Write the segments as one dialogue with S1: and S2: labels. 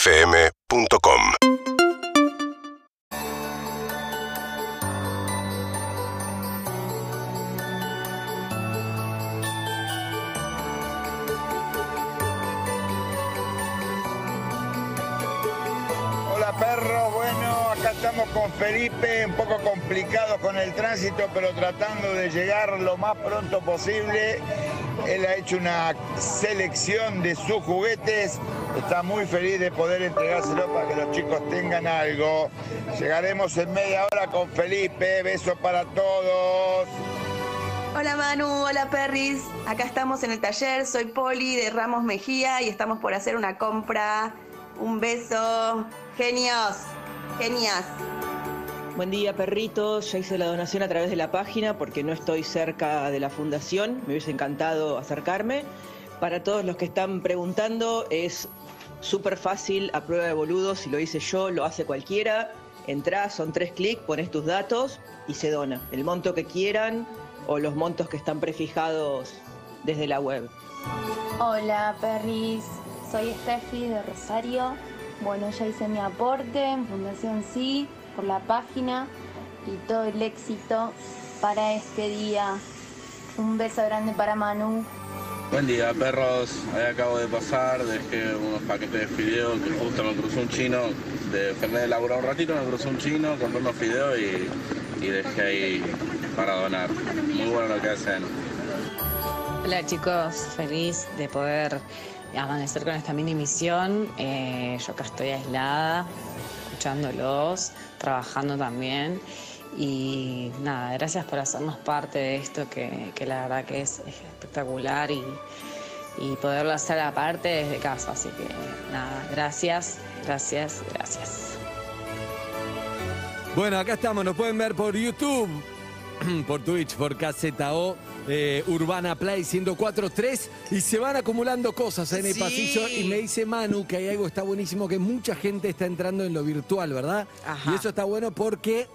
S1: UrbanaPlayFM.com
S2: Hola perro, bueno, acá estamos con Felipe, un poco complicado con el tránsito, pero tratando de llegar lo más pronto posible. Él ha hecho una selección de sus juguetes, está muy feliz de poder entregárselo para que los chicos tengan algo. Llegaremos en media hora con Felipe, besos para todos.
S3: Hola Manu, hola Perris. Acá estamos en el taller, soy Poli de Ramos Mejía y estamos por hacer una compra. Un beso. Genios, genias.
S4: Buen día, perritos. Ya hice la donación a través de la página porque no estoy cerca de la fundación. Me hubiese encantado acercarme. Para todos los que están preguntando, es súper fácil, a prueba de boludo. Si lo hice yo, lo hace cualquiera. Entrás, son tres clics, pones tus datos y se dona. El monto que quieran o los montos que están prefijados desde la web.
S5: Hola Perris, soy Steffi de Rosario. Bueno, ya hice mi aporte en Fundación Sí, por la página y todo el éxito para este día. Un beso grande para Manu.
S6: Buen día, perros. Ahí acabo de pasar, dejé unos paquetes de fideos que justo me cruzó un chino. De Fernández laburó un ratito, me cruzó un chino, compré unos fideos y, y dejé ahí para donar. Muy bueno lo que hacen.
S7: Hola chicos, feliz de poder amanecer con esta mini misión. Eh, yo acá estoy aislada, escuchándolos, trabajando también. Y nada, gracias por hacernos parte de esto que, que la verdad que es, es espectacular y, y poderlo hacer aparte desde casa. Así que nada, gracias, gracias, gracias.
S8: Bueno, acá estamos, nos pueden ver por YouTube, por Twitch, por KZO, eh, Urbana Play 1043 y se van acumulando cosas en el
S9: Sí.
S8: pasillo y me dice Manu que hay algo que está buenísimo que mucha gente está entrando en lo virtual, ¿verdad?
S9: Ajá.
S8: Y eso está bueno porque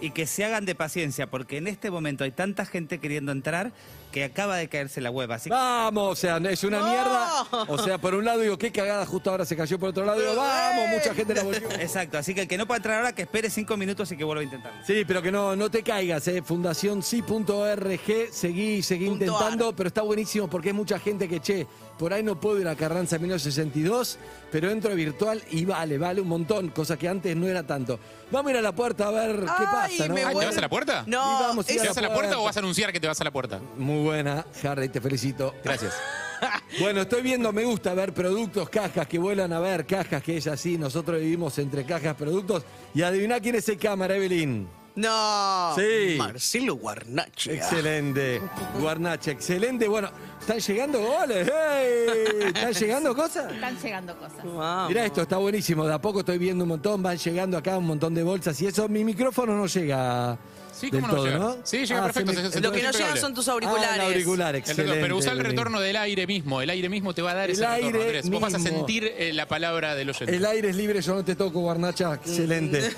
S9: Y que se hagan de paciencia, porque en este momento hay tanta gente queriendo entrar que acaba de caerse la web. Así que
S8: vamos, o sea, es una mierda. O sea, por un lado digo, qué cagada, justo ahora se cayó, por otro lado digo, vamos, mucha gente la volvió.
S9: Exacto, así que el que no pueda entrar ahora, que espere cinco minutos y que vuelva a intentarlo.
S8: Sí, pero que no, no te caigas, eh. fundacionsi.org, seguí, seguí
S10: Punto
S8: intentando, pero está buenísimo porque hay mucha gente que, che, por ahí no puedo ir a Carranza 1962, pero entro virtual y vale, vale un montón, cosa que antes no era tanto. Vamos a ir a la puerta a ver qué
S10: Ay,
S8: pasa, ¿no?
S10: me
S11: Ah, ¿Te
S10: Bueno.
S11: vas a la puerta?
S8: Y
S10: No,
S8: vamos a ir
S10: es-
S11: ¿Te vas a la puerta o vas a anunciar que te vas a la puerta?
S8: Muy buena, Harry, te felicito.
S11: Gracias.
S8: Bueno, estoy viendo, me gusta ver productos, cajas que vuelan a ver, cajas que es así, nosotros vivimos entre cajas, productos. Y adiviná quién es el cámara, Evelyn.
S10: No.
S8: Sí.
S10: Marcelo Guarnache.
S8: Excelente, Guarnacha, excelente. Bueno, están llegando goles, ¡hey! ¿Están llegando cosas?
S12: Están llegando cosas.
S10: Vamos.
S8: Mirá, esto está buenísimo. De a poco estoy viendo un montón, van llegando acá un montón de bolsas y eso, mi micrófono no llega.
S11: Sí,
S8: del
S11: ¿cómo no
S8: todo,
S11: llega?
S8: ¿no?
S11: Sí, llega
S8: Ah,
S11: perfecto,
S8: se me-
S11: se- se-
S8: Ah,
S11: Lo
S10: Lo que no
S11: Impecable.
S10: llegan son tus
S8: el
S10: auriculares.
S8: auricular,
S11: El retorno,
S8: excelente.
S11: Pero usa el
S8: Evelyn.
S11: retorno del aire mismo. El aire mismo te va a dar
S8: El
S11: ese
S8: aire
S11: retorno, Andrés. Vos vas a
S8: mismo.
S11: sentir eh, la palabra del oyente.
S8: El aire es libre, yo no te toco, Guarnacha. Excelente.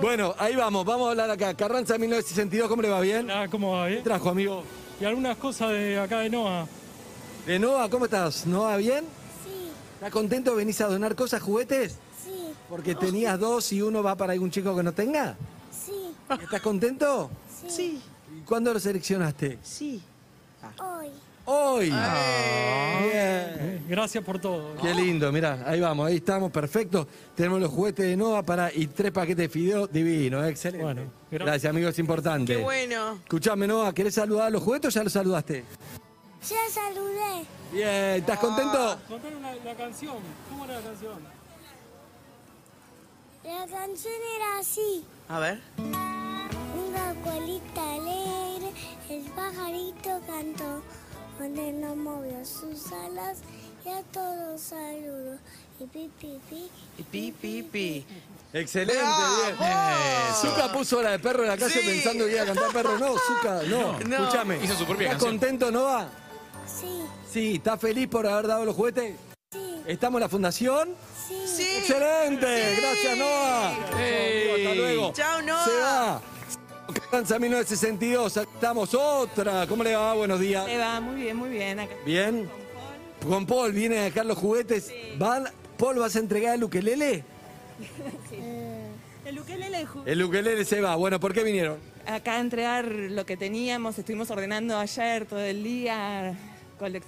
S8: Bueno, ahí vamos, vamos a hablar acá. Carranza 1962, ¿cómo le va bien?
S13: Ah, ¿cómo va, eh?
S8: Trajo, amigo.
S13: Y algunas cosas de acá de Noa.
S8: De Noa, ¿cómo estás? ¿Noa bien? Sí. ¿Estás contento? ¿Venís a donar cosas, juguetes? Sí. Porque tenías dos y uno va para algún chico que no tenga.
S14: Sí,
S8: ¿Estás contento?
S14: Sí.
S8: ¿Y cuándo lo seleccionaste? Ah.
S14: sí. Hoy.
S8: Hoy.
S10: Ah.
S13: Eh,
S8: Bien.
S13: Gracias por todo.
S8: Qué lindo, mirá, ahí vamos, ahí estamos, perfecto. Tenemos los juguetes de Nova para y tres paquetes de fideo divino, ¿eh? excelente.
S13: Bueno,
S8: gracias,
S13: gra-
S8: amigo, es importante.
S10: Qué bueno.
S8: Escuchame, Nova, ¿querés saludar a los juguetes o ya los saludaste?
S14: Ya saludé.
S8: Bien,
S10: Ah.
S8: ¿estás contento?
S13: Contar una, la canción. ¿Cómo era la canción?
S14: La canción era así.
S10: A ver.
S14: Una colita alegre, el pajarito cantó. Donde no movió sus alas y a todos saludo. Y pi, pi, pi.
S10: Y Pi, pi, pi.
S8: Excelente, bien.
S10: ¡Bravo!
S8: Zuka puso la de perro en la casa
S10: Sí.
S8: pensando que iba a cantar perro. No, Zuka, no.
S10: No.
S8: Escúchame.
S11: Hizo su propia
S8: ¿Estás
S11: canción.
S8: contento, Nova?
S14: Sí,
S8: Sí, ¿estás feliz por haber dado los juguetes?
S14: sí,
S8: ¿Estamos en la fundación?
S14: sí.
S10: Sí.
S8: ¡Excelente!
S10: Sí.
S8: ¡Gracias, Noah!
S11: Ey.
S8: Hasta luego.
S10: Chao, Noah.
S8: Se va. Cansa 1962. Acá Estamos otra. ¿Cómo le va? Buenos días.
S15: Se va muy bien, muy bien. Acá
S8: ¿Bien? Con Paul viene a dejar los juguetes. Van Paul, ¿vas a entregar el ukelele?
S12: El ukelele ju-
S8: El ukelele se va. Bueno, ¿por qué vinieron?
S12: Acá a entregar lo que teníamos, estuvimos ordenando ayer todo el día, colec-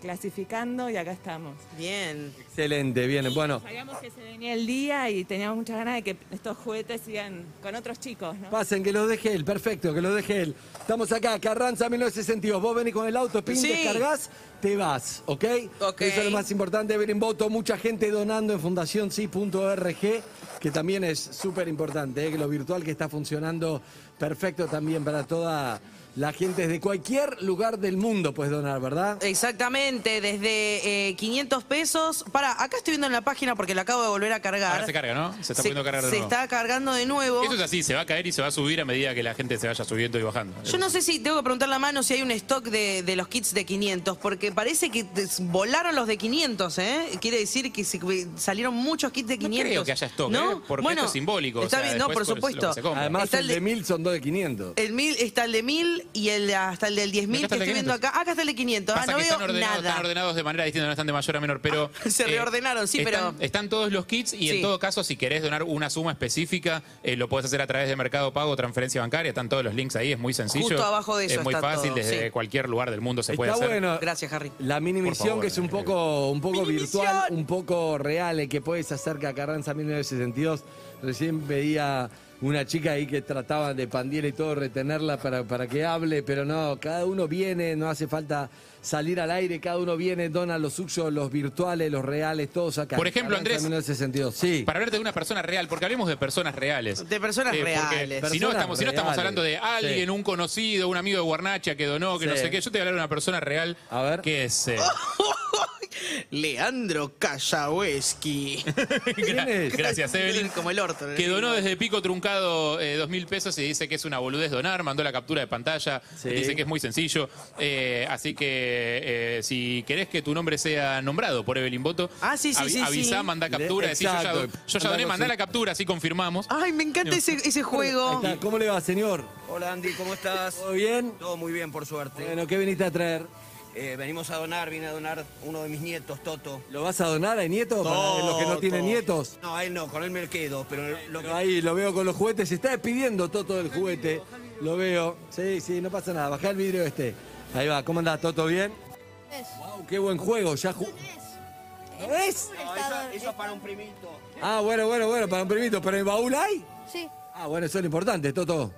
S12: clasificando y acá estamos.
S10: Bien.
S8: Excelente, bien. Bueno,
S12: Sabíamos que se venía el día y teníamos muchas ganas de que estos juguetes sigan con otros chicos, ¿no?
S8: pasen, que lo deje él. Perfecto, que lo deje él. Estamos acá, Carranza 1962. Vos venís con el auto, pin,
S10: Sí.
S8: descargás, te vas, ¿ok?
S10: Ok.
S8: Eso es lo más importante, ver en voto. Mucha gente donando en fundacionsi.org, que también es súper importante, ¿eh? que lo virtual que está funcionando perfecto también para toda la gente de cualquier lugar del mundo, puedes donar, ¿verdad?
S10: Exactamente, desde eh, 500 pesos. Para, acá estoy viendo en la página porque la acabo de volver a cargar.
S11: Ahora se carga, ¿no? Se está poniendo a cargar de
S10: se
S11: nuevo.
S10: está cargando de nuevo.
S11: Eso es así, se va a caer y se va a subir a medida que la gente se vaya subiendo y bajando.
S10: Yo no sé si tengo que preguntar la mano si hay un stock de, de los kits de 500, porque parece que des- volaron los de 500, ¿eh? Quiere decir que se- salieron muchos kits de 500.
S11: creo que haya stock, ¿eh? Porque esto es simbólico,
S10: Está
S11: o sea,
S10: bien, no, por
S11: después por eso
S10: supuesto.
S11: lo que se compra.
S8: Además,
S10: Está
S8: el de mil son dos de 500.
S10: El mil, está el de 1000 y el de- hasta el del 10.000 que
S11: Acá está
S10: estoy
S11: el de
S10: viendo acá. Acá está el de 500. Ah,
S11: Pasa
S10: no
S11: que
S10: veo
S11: están ordenados,
S10: nada.
S11: están ordenados de manera distinta, no están de mayor a menor, pero...
S10: se
S11: eh,
S10: reordenaron, sí,
S11: están-
S10: pero-
S11: Están todos los kits y
S10: Sí.
S11: en todo caso, si querés donar una suma específica, eh, lo podés hacer a través de Mercado Pago, transferencia bancaria, están todos los links ahí, es muy sencillo.
S10: Justo abajo de eso
S11: Es muy
S10: está
S11: fácil,
S10: todo,
S11: desde
S10: sí.
S11: cualquier lugar del mundo se puede
S8: Está
S11: hacer.
S8: bueno.
S10: Gracias, Harry.
S8: La mini
S11: Por
S8: misión
S11: favor, eh,
S8: que es un poco, un poco virtual, un poco real, eh, que puedes hacer que a Carranza 1962. Recién veía una chica ahí que trataba de pandiera y todo, retenerla para, para que hable, pero no, cada uno viene, no hace falta salir al aire, cada uno viene, dona los suyos, los virtuales, los reales, todos acá.
S11: Por ejemplo,
S8: Carranza
S11: Andrés,
S8: 1962, sí.
S11: Para hablarte de una persona real, porque hablemos de personas reales.
S10: De personas
S11: porque
S10: reales.
S11: Si no,
S10: Personas
S11: estamos, si no estamos
S10: reales.
S11: hablando de alguien,
S10: Sí.
S11: un conocido, un amigo de Guarnacha que donó, que no
S10: Sí. Oh,
S11: sé qué. Yo te voy a hablar de una persona real que es. eh,
S10: Leandro Kayaweski.
S11: Gra- Gracias, Evelyn.
S10: Como el orto.
S11: Que donó desde Pico Truncado eh, dos mil pesos y dice que es una boludez donar, mandó la captura de pantalla, dice que es muy sencillo. Eh, así que eh, si querés que tu nombre sea nombrado por Evelyn Boto,
S10: Ah, sí, sí, sí,
S11: avisá,
S10: sí.
S11: manda
S10: Le-
S11: captura, decís, yo ya,
S10: exacto.
S11: do- yo ya doné,
S10: Mandá
S11: mandá
S10: con-
S11: la captura, así confirmamos.
S8: Ah,
S10: Ay, me encanta ese, ese
S8: Ahí
S10: juego.
S8: está, ¿Cómo le va, señor?
S15: Hola Andy, ¿cómo estás?
S8: ¿Todo bien?
S15: Todo muy bien, por suerte.
S8: Bueno, ¿qué viniste a traer?
S15: Eh, venimos a donar, vine a donar uno de mis nietos, Toto.
S8: ¿Lo vas a donar a nieto? Para los que no tienen
S15: Toto.
S8: nietos.
S15: No, a él no, con él me quedo, pero lo que...
S8: Ahí lo veo con los juguetes. Se está despidiendo Toto del juguete. Lo veo. Sí, sí, no pasa nada. Bajá el vidrio este. Ahí va. ¿Cómo andás, Toto? ¿Bien? Wow, qué buen juego. Ya ju-
S15: ¿No es? eso, eso es para un primito.
S8: Ah, bueno, bueno, bueno, para un primito. ¿Pero el baúl hay?
S15: Sí.
S8: Ah, bueno, eso es lo importante, Toto.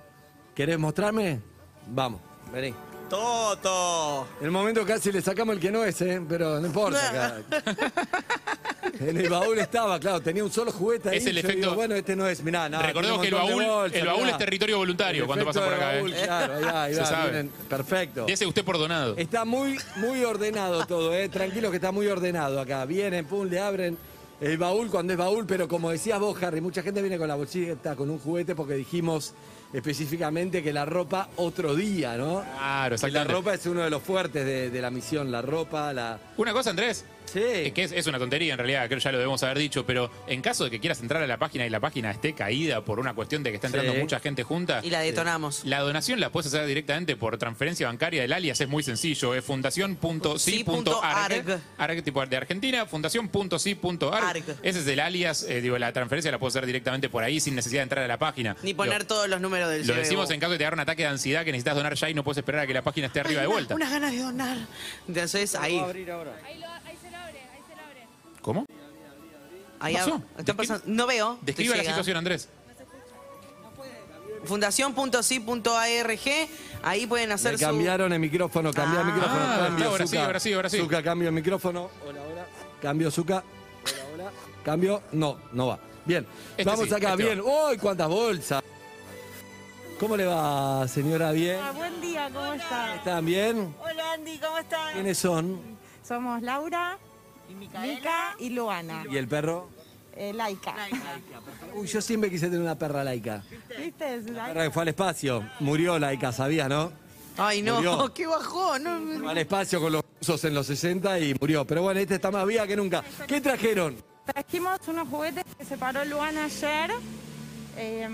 S8: ¿Querés mostrarme? Vamos, vení.
S15: ¡Toto!
S8: En el momento casi le sacamos el que no es, ¿eh? pero no importa. acá. en el baúl estaba, claro, tenía un solo juguete ahí.
S11: Es el
S8: Yo
S11: efecto-
S8: digo, bueno, este no es, mirá, no.
S11: Recordemos que
S8: tiene
S11: el
S8: un montón
S11: baúl,
S8: de bolsas,
S11: el baúl
S8: mirá.
S11: es territorio voluntario
S8: El
S11: cuando pasa por
S8: efecto
S11: acá.
S8: de
S11: ¿eh?
S8: baúl, claro, Eh. ahí va, ahí
S11: Se
S8: va,
S11: sabe.
S8: vienen, perfecto.
S11: Y ese usted por donado.
S8: Está muy, muy ordenado todo, ¿eh? tranquilo que está muy ordenado acá. Vienen, pum, le abren el baúl cuando es baúl, pero como decías vos, Harry, mucha gente viene con la bolsita, con un juguete, porque dijimos específicamente que la ropa otro día, ¿no?
S11: Claro,
S8: Que La
S11: exactamente.
S8: ropa es uno de los fuertes de, de la misión, la ropa, la...
S11: Una cosa, Andrés.
S8: Sí.
S11: que es, es una tontería en realidad, creo ya lo debemos haber dicho, pero en caso de que quieras entrar a la página y la página esté caída por una cuestión de que está entrando
S10: Sí.
S11: mucha gente junta.
S10: Y la detonamos.
S11: La donación la puedes hacer directamente por transferencia bancaria del alias, es muy sencillo, es fundación.si.arg. Arg tipo de Argentina, fundación.si.arg. Ese es el alias, eh, digo, la transferencia la puedes hacer directamente por ahí sin necesidad de entrar a la página.
S10: Ni poner
S11: Digo,
S10: todos los números del
S11: lo
S10: CBU.
S11: decimos en caso de te dar un ataque de ansiedad que necesitas donar ya y no puedes esperar a que la página esté arriba de vuelta.
S10: Unas ganas de donar. Entonces ahí.
S11: ¿Cómo?
S10: ahí
S11: ¿Qué pasó?
S10: ab- está pasando- No veo.
S11: Describa la situación, Andrés.
S10: Fundación.si.arg. Ahí pueden hacer
S8: Le
S10: su-
S8: cambiaron el micrófono, cambió el micrófono,
S11: Ah,
S8: cambio,
S11: ahora sí,
S8: Zucca.
S11: ahora sí, ahora sí.
S8: Zucca, cambio el micrófono. Hola, hola. Cambio, Zucca. Hola, hola. Cambio, no, no va. Bien,
S11: Este
S8: vamos
S11: sí,
S8: acá,
S11: este
S8: bien. ¡Uy, cuántas bolsas! ¿Cómo le va, señora? ¿Bien?
S16: Ah, buen día, ¿cómo estás?
S8: ¿Están bien?
S16: Hola Andy, ¿cómo estás?
S8: ¿Quiénes son?
S16: Somos Laura, Mica y Luana.
S8: ¿Y el perro?
S16: Eh, laica.
S8: Uy, yo siempre quise tener una perra laica.
S16: ¿Viste? Es
S8: Perra
S16: Laica.
S8: que fue al espacio. Murió laica, ¿sabías, no?
S10: Ay, no,
S8: Murió.
S10: qué bajón. no,
S8: Fue al espacio con los rusos en los 60 y murió. Pero bueno, este está más viva que nunca. ¿Qué trajeron?
S16: Trajimos unos juguetes que separó Luana ayer. eh,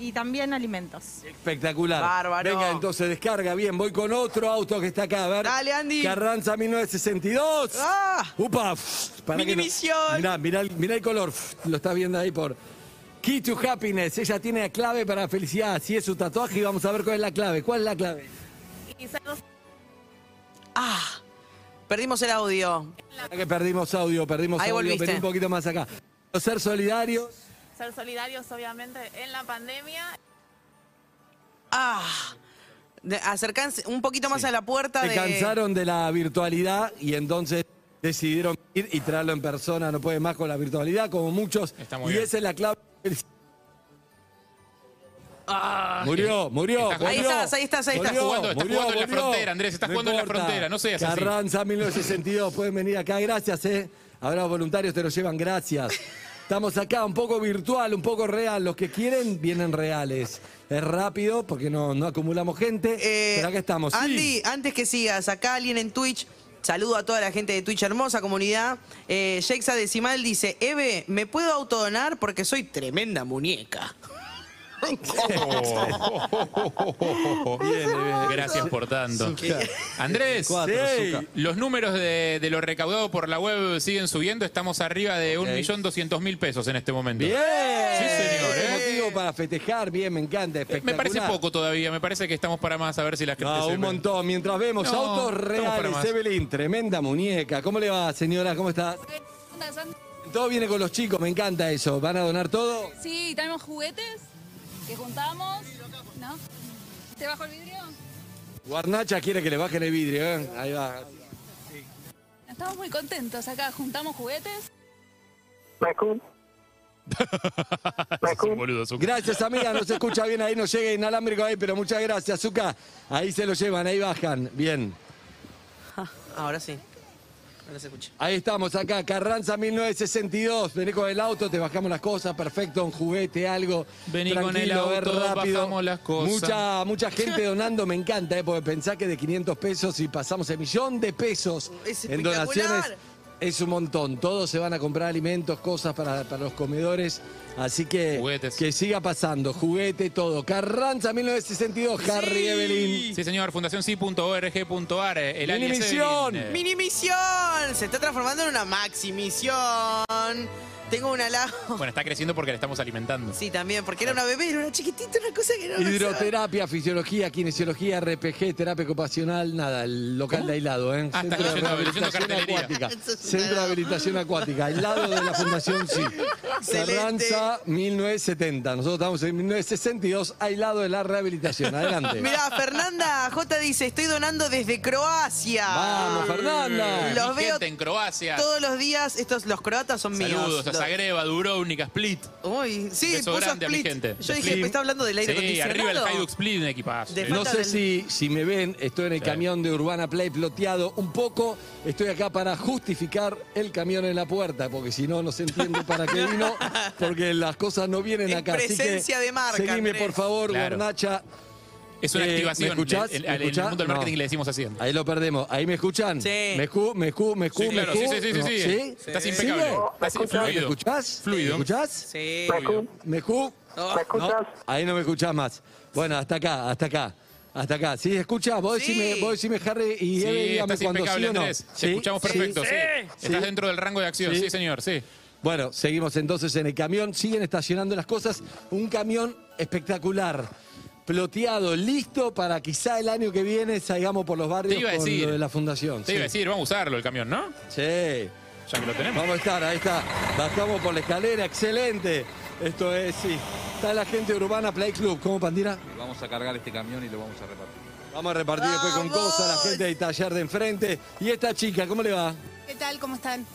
S16: y también alimentos.
S8: Espectacular.
S16: Bárbaro.
S8: Venga, entonces descarga bien. Voy con otro auto que está acá. A ver.
S10: Dale, Andy.
S8: Carranza 1962.
S10: Ah.
S8: Upa. Pff, pará que no-
S10: Minivisión.
S8: Mirá, mirá, el- mirá el color. Pff, Lo estás viendo ahí por. Key to Happiness. Ella tiene la clave para la felicidad. Así es su tatuaje y vamos a ver cuál es la clave. ¿Cuál es la clave?
S16: Y saludos
S10: Ah, perdimos el audio.
S8: Mirá Que perdimos audio, perdimos
S10: Ahí
S8: audio.
S10: volviste.
S8: Vení un poquito más acá. Ser solidarios.
S16: ser solidarios, obviamente, en la pandemia.
S10: Ah, de- acercanse un poquito más a la puerta
S8: Se
S10: de.
S8: cansaron de la virtualidad y entonces decidieron ir y traerlo en persona. No pueden más con la virtualidad, como muchos.
S11: muy
S8: y
S11: bien.
S8: esa es la clave.
S10: Ah.
S8: Murió, murió.
S11: Estás
S10: Ahí
S8: murió.
S10: estás, ahí estás, ahí
S11: estás.
S8: Murió,
S11: eh, jugando- estás
S8: murió,
S11: jugando en la
S8: murió.
S11: frontera, Andrés, estás jugando en la
S8: importa.
S11: frontera, no seas así.
S8: Carranza, 1962, pueden venir acá, gracias, ¿eh? Habrá voluntarios, te lo llevan, gracias. Estamos acá, un poco virtual, un poco real. Los que quieren, vienen reales. Es rápido porque no, no acumulamos gente,
S10: Eh,
S8: pero acá estamos. Sí.
S10: Andy, antes que sigas, acá alguien en Twitch. Saludo a toda la gente de Twitch, hermosa comunidad. Eh, Jexa Decimal dice, Eve, ¿me puedo autodonar? Porque soy tremenda muñeca.
S11: Bien, Gracias por tanto. Andrés,
S8: Cuatro,
S11: sí.
S8: Zucca.
S11: los números de, de lo recaudado por la web siguen subiendo. Estamos arriba de 1.200.000 pesos en este momento.
S8: Bien.
S11: Sí, señor. ¿eh?
S8: Es motivo para festejar, bien, me encanta,
S11: Me
S8: espectacular.
S11: parece poco todavía. Me parece que estamos para más. A ver si la gente
S8: No,
S11: se-
S8: un montón. Mientras vemos
S11: No,
S8: autos
S11: estamos para
S8: reales,
S11: más.
S8: Evelyn, tremenda muñeca. ¿Cómo le va, señora? ¿Cómo está? Todo viene con los chicos, me encanta eso. ¿Van a donar todo?
S17: Sí, tenemos juguetes que juntamos. ¿No? ¿Te bajo el vidrio?
S8: Guarnacha quiere que le bajen el vidrio, ¿eh? Ahí va.
S17: Estamos muy contentos acá, juntamos juguetes.
S11: Es un boludo, Zucca.
S8: Gracias, amiga. No se escucha bien ahí, no llega inalámbrico ahí, pero muchas gracias, Zuka. Ahí se lo llevan, ahí bajan. Bien.
S10: Ahora sí. Ahora se escucha.
S8: Ahí estamos, acá, Carranza 1962. Vení con el auto, te bajamos las cosas, perfecto, un juguete, algo.
S11: Vení con
S8: Tranquilo,
S11: el
S8: es
S11: auto, bajamos las cosas.
S8: Mucha, mucha gente donando, me encanta, eh, porque pensá que de 500 pesos y pasamos el millón de pesos
S10: Es
S8: en
S10: espectacular.
S8: donaciones. Es un montón, todos se van a comprar alimentos, cosas para, para los comedores, así que que siga pasando, juguete, todo. Carranza 1962, Harry Evelyn.
S11: Sí, señor. Fundacionsi.org.ar. eh, El alias
S8: Minimisión.
S11: Evelyn. eh.
S10: ¡Minimisión! Se está transformando en una maximisión. Tengo un halago.
S11: Bueno, está creciendo porque la estamos alimentando.
S10: Sí, también, porque era una bebé, era una chiquitita, una cosa que no
S8: Hidroterapia, fisiología, kinesiología, RPG, terapia ocupacional, nada, el local de aislado, ¿eh?
S11: Ah, está leyendo- leyendo cartelería.
S8: acuática.
S11: Eso es un
S8: Centro de
S11: tarado.
S8: habilitación acuática, aislado de la Fundación Sí.
S10: Excelente.
S8: Carranza, 1970. Nosotros estamos en 1962, aislado de la rehabilitación. Adelante.
S10: Mirá, Fernanda J dice, estoy donando desde Croacia.
S8: Vamos, Fernanda.
S10: Los
S11: Mi
S10: veo
S11: gente en Croacia.
S10: todos los días. Estos, los croatas son míos.
S11: Saludos a
S10: Los-
S11: Zagreba, Dubrovnik, a Split.
S10: Uy, sí,
S11: Beso
S10: puso
S11: grande
S10: Split.
S11: a mi gente.
S10: Yo dije, Split. ¿está hablando del aire
S11: Sí,
S10: acondicionado?
S11: arriba el Hajduk Split Eh, en equipaje.
S10: De
S8: No
S10: falta
S8: sé
S10: del-
S8: si, si me ven, estoy en el camión de Urbana Play ploteado un poco. Estoy acá para justificar el camión en la puerta, porque si no, no se entiende para qué vino, porque las cosas no vienen
S10: En
S8: acá. Así que
S10: presencia de marca,
S8: Seguime,
S10: Andrés.
S8: por favor,
S11: Claro.
S8: Gornacha.
S11: Es una
S8: Eh,
S11: activación.
S8: ¿Me escuchás?
S11: Le- el-
S8: ¿Me
S11: al- En
S8: escuchás?
S11: el mundo del marketing
S8: No.
S11: le decimos así. Andrés.
S8: Ahí lo perdemos. ¿Ahí me escuchan?
S11: Sí.
S8: ¿Me escu, me escu, me escu,
S11: Sí,
S8: me
S11: claro, sí,
S8: escu?
S11: sí, sí, sí,
S8: No,
S11: sí.
S8: ¿sí?
S11: Estás
S8: ¿Sigue?
S11: impecable. Estás
S8: ¿Me
S11: fluido.
S8: escuchás?
S11: Fluido.
S8: ¿Me escuchás?
S10: Sí.
S8: ¿Me escu?
S10: ¿Me
S8: No, ahí no me escuchás más. Bueno, hasta acá, hasta acá. Hasta acá. Sí, escuchá, vos
S11: Sí.
S8: decime, vos decime Harry y
S11: Sí,
S8: Eve, dígame
S11: estás
S8: cuando sí
S11: impecable,
S8: o no.
S11: Andrés. Te
S8: ¿Sí?
S11: escuchamos perfecto. Sí. Estás
S8: Sí.
S11: dentro del rango de acción.
S8: Sí.
S11: Sí, señor, sí.
S8: Bueno, seguimos entonces en el camión, siguen estacionando las cosas. Un camión espectacular, ploteado, listo para quizá el año que viene salgamos por los barrios
S11: Te iba a
S8: con
S11: decir.
S8: lo de la fundación.
S11: Te
S8: sí.
S11: iba a decir, vamos a usarlo el camión, ¿no?
S8: Sí.
S11: Ya que lo tenemos.
S8: Vamos a estar, ahí está. Bajamos por la escalera, excelente. Esto es, sí. Está la gente de urbana Play Club. ¿Cómo, Pandira?
S18: Vamos a cargar este camión y lo vamos a repartir.
S8: Vamos a repartir después con cosas, la gente del taller de enfrente. Y esta chica, ¿cómo le va?
S17: ¿Qué tal? ¿Cómo están?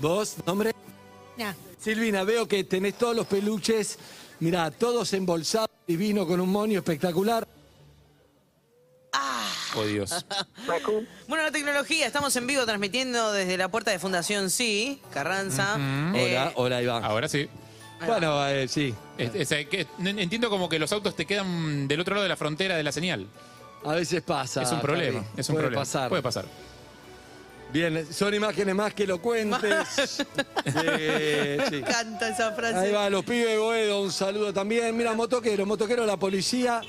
S8: ¿Vos, nombre?
S17: Nah.
S8: Silvina, veo que tenés todos los peluches. Mirá, todos embolsados, divino, con un moño espectacular.
S11: Oh, Dios.
S10: Bueno, la tecnología, estamos en vivo transmitiendo desde la puerta de Fundación Sí, Carranza. Eh,
S8: Hola, hola, Iván.
S11: Ahora sí. Este,
S8: Bueno,
S11: eh,
S8: sí.
S11: entiendo como que los autos te quedan del otro lado de la frontera de la señal.
S8: A veces pasa.
S11: Es un problema.
S8: Javi.
S11: Es un
S8: Puede
S11: problema.
S8: pasar.
S11: Puede pasar.
S8: Bien, son imágenes más que elocuentes. Eh,
S10: Me
S8: sí.
S10: encanta esa frase.
S8: Ahí va, los pibes de Boedo, un saludo también. Mira, motoquero, motoquero, la policía.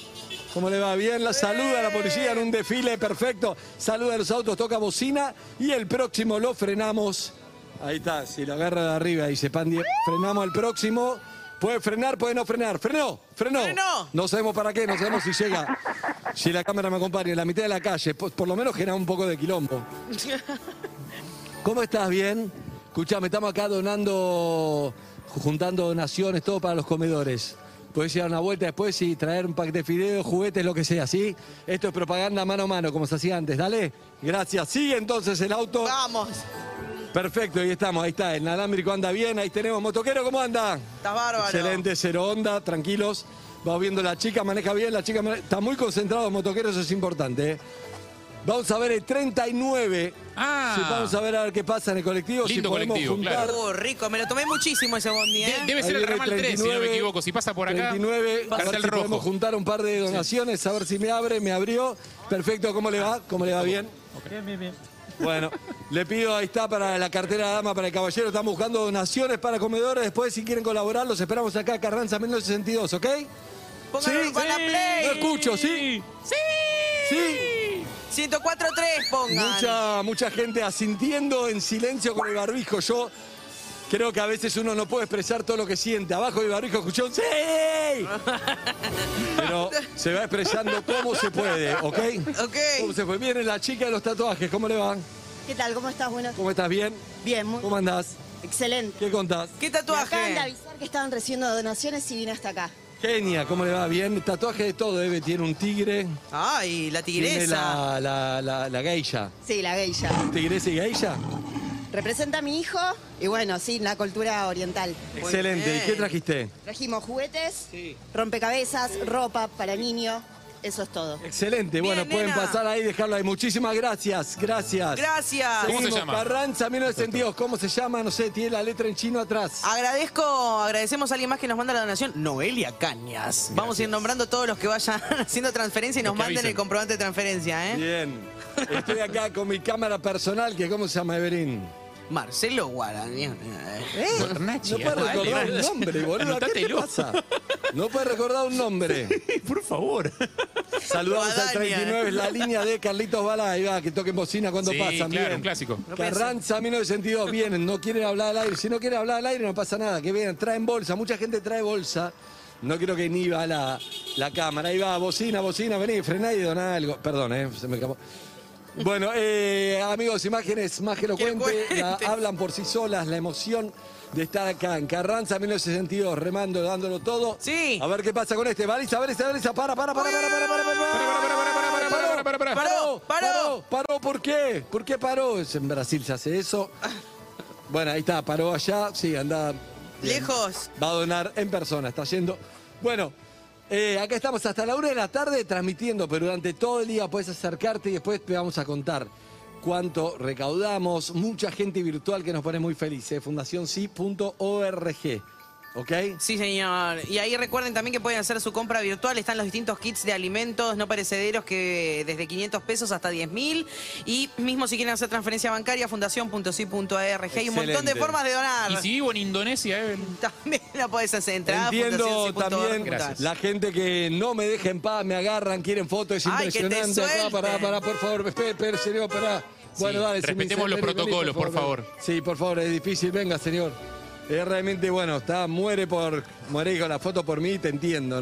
S8: ¿Cómo le va? Bien, la saluda a la policía en un desfile perfecto. Saluda a los autos, toca bocina y el próximo lo frenamos. Ahí está, si lo agarra de arriba, dice Pandi. Frenamos al próximo. Puede frenar, puede no frenar. Frenó, frenó.
S10: Frenó.
S8: No sabemos para qué, no sabemos si llega. Si la cámara me acompaña, en la mitad de la calle, por, por lo menos genera un poco de quilombo. ¿Cómo estás? ¿Bien? Escuchame, estamos acá donando, juntando donaciones, todo para los comedores. Podés ir a dar una vuelta después y traer un paquete de fideos, juguetes, lo que sea, ¿sí? Esto es propaganda mano a mano, como se hacía antes, ¿dale? Gracias. Sigue entonces el auto.
S10: Vamos.
S8: Perfecto, ahí estamos, ahí está. El inalámbrico anda bien, ahí tenemos. Motoquero, ¿cómo anda?
S10: Está bárbaro.
S8: Excelente, cero onda, tranquilos. Vamos viendo la chica, maneja bien, la chica mane- está muy concentrado, motoquero, eso es importante. ¿eh? Vamos a ver el 39.
S11: Ah.
S8: Sí, vamos a ver a ver qué pasa en el colectivo. si
S11: Lindo
S8: podemos
S11: colectivo,
S8: juntar.
S11: claro.
S10: Uh, rico, me lo tomé muchísimo ese bondi, ¿eh?
S11: Debe ser
S8: Ahí
S11: el
S8: viene
S11: ramal 3, si no me
S8: 39,
S11: equivoco. Si pasa por acá,
S8: 39, a ver
S11: cartel
S8: si
S11: rojo.
S8: podemos juntar un par de donaciones, a ver si me abre, me abrió. Perfecto, ¿cómo le va? ¿Cómo le va bien?
S13: Bien, bien, bien.
S8: Bueno, le pido, ahí está para la cartera de dama, para el caballero. Estamos buscando donaciones para comedores. Después, si quieren colaborar, los esperamos acá, Carranza 1962, ¿ok?
S10: Pónganlo
S8: ¿Sí?
S10: con la play.
S8: No escucho, ¿sí?
S10: ¡Sí!
S8: Sí.
S10: 104.3 pongan.
S8: Mucha, mucha gente asintiendo en silencio con el barbijo. Yo creo que a veces uno no puede expresar todo lo que siente. Abajo del barbijo escuchó un ¡Sí! Pero se va expresando como se puede, ¿ok?
S19: Ok.
S8: ¿Cómo se fue? Viene la chica de los tatuajes, ¿cómo le van?
S19: ¿Qué tal? ¿Cómo estás? Bueno,
S8: ¿Cómo estás? ¿Bien?
S19: Bien, muy
S8: ¿Cómo andás?
S19: excelente.
S8: ¿Qué contás?
S10: ¿Qué
S19: Me acaban de avisar que estaban recibiendo donaciones y vine hasta acá.
S8: Genia, ¿cómo le va? Bien, tatuaje de todo, Eve. Tiene un tigre.
S10: Ay, la
S8: Tiene
S10: tigresa.
S8: la, la, la, la geisha.
S19: Sí, la geisha.
S8: ¿Tigresa y geisha?
S19: Representa a mi hijo y bueno, sí, la cultura oriental.
S8: Excelente. ¿Y qué trajiste?
S19: Trajimos juguetes, rompecabezas, ropa para niño. Eso es todo.
S8: Excelente, bueno,
S19: Bien,
S8: pueden
S19: nena.
S8: pasar ahí, dejarlo ahí. Muchísimas gracias, gracias.
S10: Gracias.
S11: ¿Cómo se
S8: Seguimos,
S11: llama?
S8: Carranza 1962, ¿cómo se llama? No sé, tiene la letra en chino atrás.
S10: Agradezco, agradecemos a alguien más que nos manda la donación, Noelia Cañas. Vamos a ir nombrando todos los que vayan haciendo transferencia y nos
S8: que
S10: manden
S8: avisen.
S10: el comprobante de transferencia, ¿eh?
S8: Bien. Estoy acá con mi cámara personal, que ¿cómo se llama, Everín?
S10: Marcelo Guaranión. ¿Eh?
S8: No puede recordar un nombre, boludo. ¿Qué te
S10: Anótatelo.
S8: pasa? No puede recordar un nombre. por favor. Saludamos al
S10: Guadaña.
S8: 39, es la línea de Carlitos Balá. Ahí va, que toquen bocina cuando
S11: Sí,
S8: pasan.
S11: claro,
S8: bien.
S11: un clásico. No pensé.
S8: Carranza 1962, vienen, no quieren hablar al aire. Si no quieren hablar al aire, no pasa nada. Que vean, traen bolsa. Mucha gente trae bolsa. No quiero que ni va la, la cámara. Ahí va, bocina, bocina, vení, frená y doná algo. Perdón, eh, se me escapó. Bueno, eh, amigos, imágenes más que elocuentes, la- hablan por sí solas, la emoción de estar acá en Carranza 1962, remando, dándolo todo. Sí. A ver qué pasa con este. Baliza, baliza, baliza, para, para, para, para, para, para, para, para, para, para, para, para, para, paró, paró, paró, ¿por qué? ¿Por qué paró? Es En Brasil se hace eso. Bueno, ahí está, paró allá, sí, anda. bien.
S10: Lejos.
S8: Va a donar en persona, está yendo. Bueno, eh, acá estamos hasta la una de la tarde transmitiendo, pero durante todo el día puedes acercarte y después te vamos a contar cuánto recaudamos. Mucha gente virtual que nos pone muy eh. felices. Fundacionsi.org. ¿Ok?
S10: Sí, señor. Y ahí recuerden también que pueden hacer su compra virtual. Están los distintos kits de alimentos no perecederos que desde 500 pesos hasta 10 mil. Y mismo si quieren hacer transferencia bancaria, fundación.si.org. Hay un montón de
S11: Excelente.
S10: formas de donar.
S11: Y si vivo en Indonesia, eh, Evelyn.
S10: También la podés hacer. Entrada
S8: Entiendo también la gente que no me deja en paz, me agarran, quieren fotos, es
S10: Ay, que te
S8: impresionante. Acá, pará,
S10: suelten.
S8: pará, por favor, espera, espera, señor, pará. Bueno,
S11: Sí,
S8: dale, si me
S11: respetemos
S8: dice,
S11: los
S8: vení, vení,
S11: protocolos, por favor.
S8: Sí, por favor, es difícil, venga, señor. Es realmente bueno, está, muere por, muere con la foto por mí, te entiendo,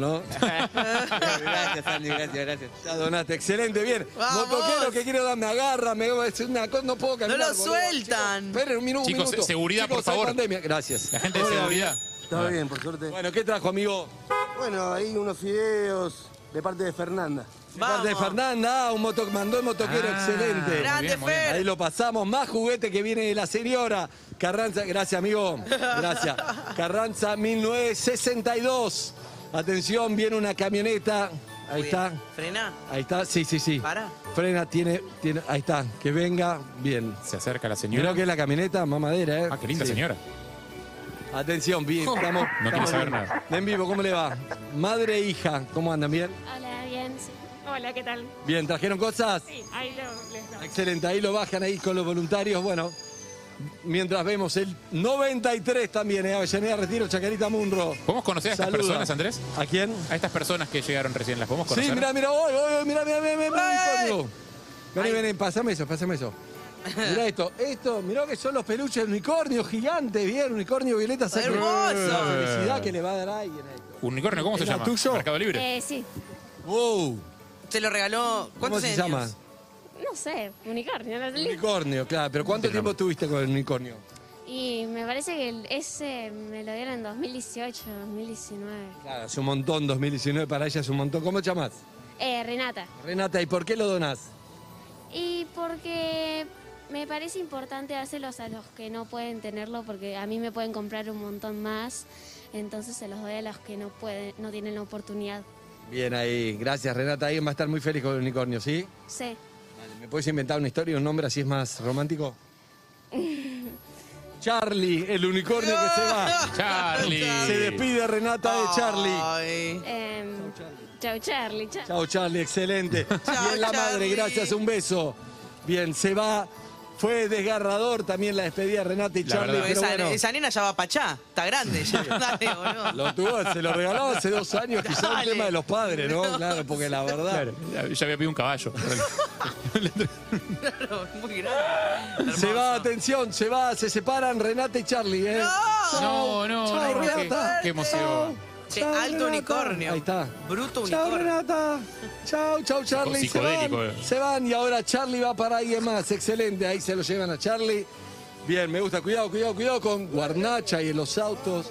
S8: ¿no?
S15: gracias, Andy, gracias, gracias.
S8: Ya donaste, excelente, bien. Motoquero que quiero dar, me agarra, me es una cosa, no puedo caminar.
S10: No lo
S8: boludo.
S10: sueltan.
S8: Chicos, Esperen un minuto, un
S11: Chicos,
S8: minuto.
S11: seguridad,
S8: Chicos,
S11: por
S8: hay
S11: favor.
S8: pandemia. Gracias.
S11: La gente de
S8: Hola,
S11: seguridad.
S20: Está bien, por suerte.
S8: Bueno, ¿qué trajo, amigo?
S20: Bueno, hay unos fideos de parte de Fernanda.
S8: De parte de Fernanda, ah, un moto, mandó el motoquero,
S20: Ah,
S8: excelente.
S20: grande, Muy bien, muy bien. Fer.
S8: Ahí lo pasamos, más juguete que viene de la señora. Carranza, gracias amigo, gracias. Carranza 1962. Atención, viene una camioneta. Ahí está,
S10: Frena.
S8: ahí está, sí, sí, sí.
S10: Para.
S8: Frena, tiene, tiene, ahí está, que venga, bien.
S11: Se acerca la señora.
S8: Mirá que es la camioneta, mamadera, ¿eh?
S11: Ah, qué linda
S8: Sí.
S11: señora. Oh.
S8: Atención, bien, estamos.
S11: No quiere
S8: estamos
S11: saber
S8: bien.
S11: nada.
S8: En vivo, ¿cómo le va? Madre e hija, ¿cómo andan? ¿Bien?
S21: Hola, bien, sí. Hola. Hola, ¿qué tal?
S8: Bien, ¿trajeron cosas?
S21: Sí, ahí lo, les doy.
S8: Excelente, ahí lo bajan ahí con los voluntarios. Bueno, mientras vemos el 93 también, ¿eh? Avellaneda Retiro, Chacarita Munro.
S11: ¿Podemos conocer a estas
S8: Saluda.
S11: personas, Andrés?
S8: ¿A quién?
S11: A estas personas que llegaron recién, ¿las podemos conocer?
S8: Sí, mira, mira, voy, voy, voy, mira, mira, mira, mira, Nicolio. Vení, vení, pasame eso, pasame eso. Mirá esto, esto, mirá que son los peluches de unicornio gigante, bien, unicornio violeta. ¿sabes?
S11: ¡Hermoso!
S8: La felicidad que le va a dar a alguien a esto.
S11: Unicornio, ¿cómo se
S8: ¿Era
S11: llama?
S8: tuyo?
S11: Mercado Libre.
S17: Eh, sí.
S8: Wow.
S10: Se lo regaló.
S8: ¿Cómo
S10: ¿Cuántos
S8: se
S10: años?
S8: llama?
S17: No sé, unicornio. la li-
S8: Unicornio, claro, pero ¿cuánto tiempo tuviste con el unicornio?
S17: Y me parece que el- ese me lo dieron en 2018, 2019.
S8: Claro, hace un montón, 2019 para ella es un montón. ¿Cómo te llamás?
S17: Eh, Renata.
S8: Renata, ¿y por qué lo donás?
S17: Y porque me parece importante dárselos a los que no pueden tenerlo, porque a mí me pueden comprar un montón más. Entonces se los doy a los que no pueden, no tienen la oportunidad.
S8: Bien ahí, gracias Renata, alguien va a estar muy feliz con el unicornio, ¿sí?
S17: Sí.
S8: ¿Me puedes inventar una historia y un nombre así es más romántico? Charlie, el unicornio que se va.
S11: Charlie.
S8: Se despide Renata de Charlie.
S17: Em, chau, Charlie. Chau.
S8: Chao Charlie, excelente. Bien la madre, gracias, un beso. Bien, se va. Fue desgarrador también la despedida de Renata y Charlie. pero
S10: esa,
S8: bueno,
S10: esa nena ya va para allá. Está grande ya. Dale, boludo.
S8: Lo tuvo, se lo regaló hace dos años, quizá un
S10: Dale.
S8: tema de los padres, ¿no?
S10: No.
S8: Claro, porque la verdad.
S11: Claro, ya ya había pedido un caballo.
S10: Claro, muy grande.
S8: Se va, atención, se va, se separan Renata y Charlie, ¿eh?
S11: No, no,
S8: Chao,
S11: no, qué-
S8: Renata.
S11: qué emoción.
S10: Che, alto unicornio.
S8: Ahí está.
S10: Bruto
S8: Chao,
S10: unicornio.
S8: Renata. Chao, chao, Charlie. Se van,
S11: Psicodélico, eh.
S8: se van y ahora Charlie va para alguien más. Excelente, ahí se lo llevan a Charlie. Bien, me gusta. Cuidado, cuidado, cuidado con Guarnacha y en los autos.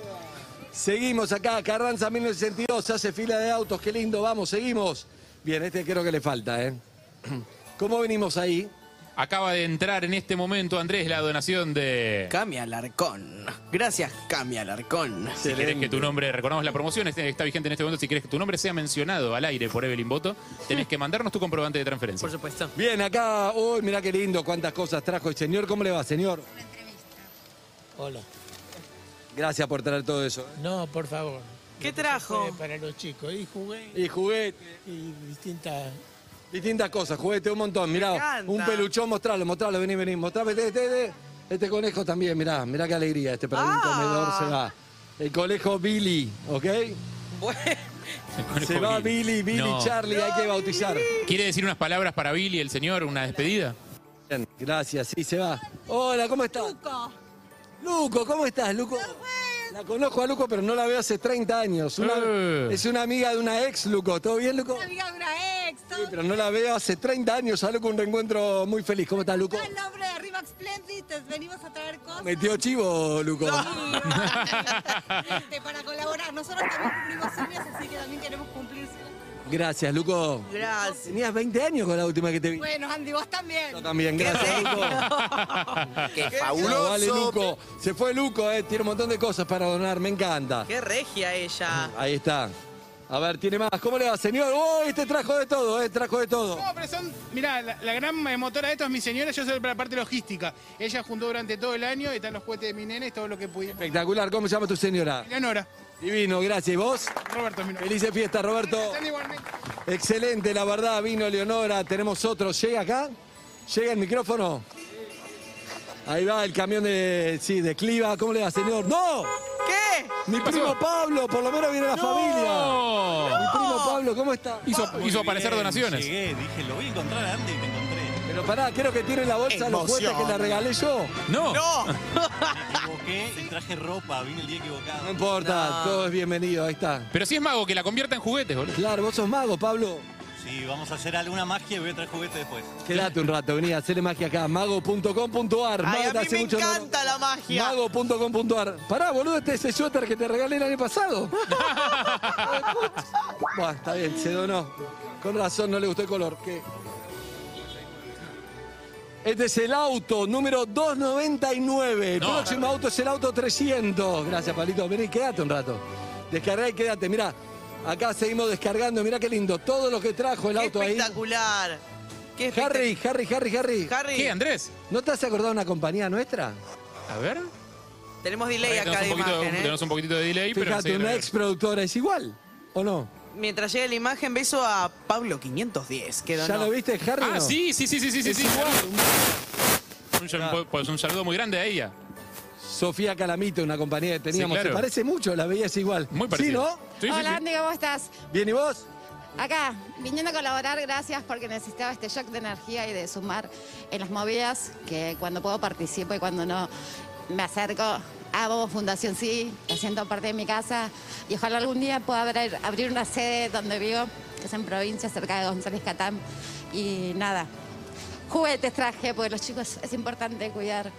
S8: Seguimos acá, Carranza 1962, se hace fila de autos, qué lindo, vamos, seguimos. Bien, este creo que le falta, ¿eh? ¿Cómo venimos ahí?
S11: Acaba de entrar en este momento, Andrés, la donación de...
S10: Cami Alarcón. Gracias, Cami Alarcón.
S11: Si querés que tu nombre, recordamos la promoción, este- está vigente en este momento, si querés que tu nombre sea mencionado al aire por Evelyn Boto, tenés que mandarnos tu comprobante de transferencia. Por
S10: supuesto.
S8: Bien, acá, uy, mirá qué lindo, cuántas cosas trajo el señor. ¿Cómo le va, señor?
S22: Hola.
S8: Gracias por traer todo eso. ¿eh?
S22: No, por favor.
S10: ¿Qué trajo?
S22: Fue Para los chicos. Y jugué.
S8: Y juguete.
S22: Y distintas.
S8: Distintas cosas, juguete un montón. Mirá,
S22: encanta.
S8: un peluchón, mostralo, mostralo, vení, vení. Mostrame, este, este, este, Este conejo también, mirá, mirá qué alegría. Este para
S10: Ah.
S8: el comedor se va. El conejo Billy, ¿ok? se va Billy, Billy,
S11: No.
S8: Charlie, hay que bautizar.
S11: ¿Quiere decir unas palabras para Billy, el señor, una despedida?
S8: Bien, gracias, sí, se va. Hola, ¿cómo estás? Luco. Luco, ¿cómo estás, Luco? La conozco a Luco, pero no la veo hace 30 años. Una-
S11: Eh.
S8: Es una amiga de una ex, Luco. ¿Todo bien, Luco?
S23: Una amiga de una ex, todo
S8: Sí, pero no la veo hace 30 años. A Luco, un reencuentro muy feliz. ¿Cómo estás, Luco?
S23: está el nombre de Rimax Splendid, te venimos a traer cosas
S8: ¿Metió chivo, Luco?
S23: este, para colaborar. Nosotros también cumplimos años, así que también queremos cumplirse.
S8: Gracias, Luco.
S23: Gracias.
S8: Tenías 20 años con la última que te vi.
S23: Bueno, Andy, vos también.
S8: Yo también, gracias, Luco.
S10: ¡Qué
S8: No, Vale, Luco. Se fue Luco, eh. Tiene un montón de cosas para donar, me encanta.
S10: ¡Qué regia ella!
S8: Ahí está. A ver, tiene más. ¿Cómo le va, señor? ¡Oh, este trajo de todo, eh! Trajo de todo.
S24: No, pero son, mirá, la, la gran eh, motora de esto es mi señora, yo soy para la parte logística. Ella juntó durante todo el año, y están los juguetes de mi nene, y todo lo que pudimos.
S8: Espectacular. ¿Cómo se llama tu señora?
S24: Eleonora.
S8: Divino, gracias. ¿Y vos?
S24: Roberto, mi nombre.
S8: Felices fiestas, Roberto.
S24: Gracias, igualmente.
S8: Excelente, la verdad, vino Leonora. Tenemos otro. ¿Llega acá? ¿Llega el micrófono? Ahí va el camión de. Sí, de Cliva. ¿Cómo le va, señor? ¡No!
S10: ¿Qué?
S8: Mi primo Pablo, por lo menos viene la familia. Mi primo Pablo, ¿cómo está?
S11: Hizo, hizo aparecer donaciones.
S25: dije, lo voy a encontrar a Andy y te encontré.
S8: Pero pará, creo que tiene en la bolsa los juguetes que le regalé yo.
S11: No.
S25: Me equivoqué y traje ropa, vine el día equivocado.
S8: No importa, todo es bienvenido, ahí está.
S11: Pero si es mago, que la convierta en juguetes, boludo.
S8: Claro, vos sos mago, Pablo.
S25: Sí, vamos a hacer alguna magia y voy a traer juguete después.
S8: Quédate un rato, vení a hacerle magia acá, mago.com.ar.
S25: Ay,
S8: Mago
S25: a
S8: te
S25: mí
S8: hace
S25: me
S8: mucho honor.
S25: encanta
S10: la magia.
S8: Mago.com.ar. Pará, boludo, este es el suéter que te regalé el año pasado. Buah, está bien, se donó. Con razón, no le gustó el color. ¿Qué? Este es el auto número 299. El
S24: No.
S8: próximo auto es el auto 300. Gracias, Palito. Vení, quédate un rato. Descargá y quédate. Mirá, acá seguimos descargando. Mirá qué lindo. Todo lo que trajo el auto ahí.
S10: Espectacular. Qué
S8: Harry, Harry, Harry, Harry.
S10: Harry. ¿Qué,
S11: Andrés?
S8: ¿No te has acordado de una compañía nuestra?
S11: A ver.
S10: Tenemos delay
S11: Ahí
S10: acá de
S11: tenemos un poquito-
S10: imagen, ¿eh?
S11: tenemos un poquito de delay, pero
S8: Fíjate,
S11: enseguida-
S8: una ex productora es igual, ¿o no?
S10: mientras llega la imagen, beso a Pablo 510. Que
S11: ¿Ya
S10: donó.
S11: lo
S8: viste, Harry?
S11: Ah, sí, sí, sí, sí, sí, sí. sí. Un, sal- pues un saludo muy grande a ella.
S8: Sofía Calamito, una compañía que teníamos.
S11: Sí, claro.
S8: Se parece mucho, la veías igual. Muy
S11: parecida.
S8: ¿Sí, no?
S1: Hola, Andy, ¿cómo estás?
S8: ¿Bien y vos?
S1: Acá, viniendo a colaborar, gracias porque necesitaba este shock de energía y de sumar en las movidas, que cuando puedo participo y cuando no me acerco. Hago Fundación Sí, me siento parte de mi casa y ojalá algún día pueda abrir, abrir una sede donde vivo, que es en provincia, cerca de González Catán. Y nada, juguetes traje, porque los chicos es importante cuidar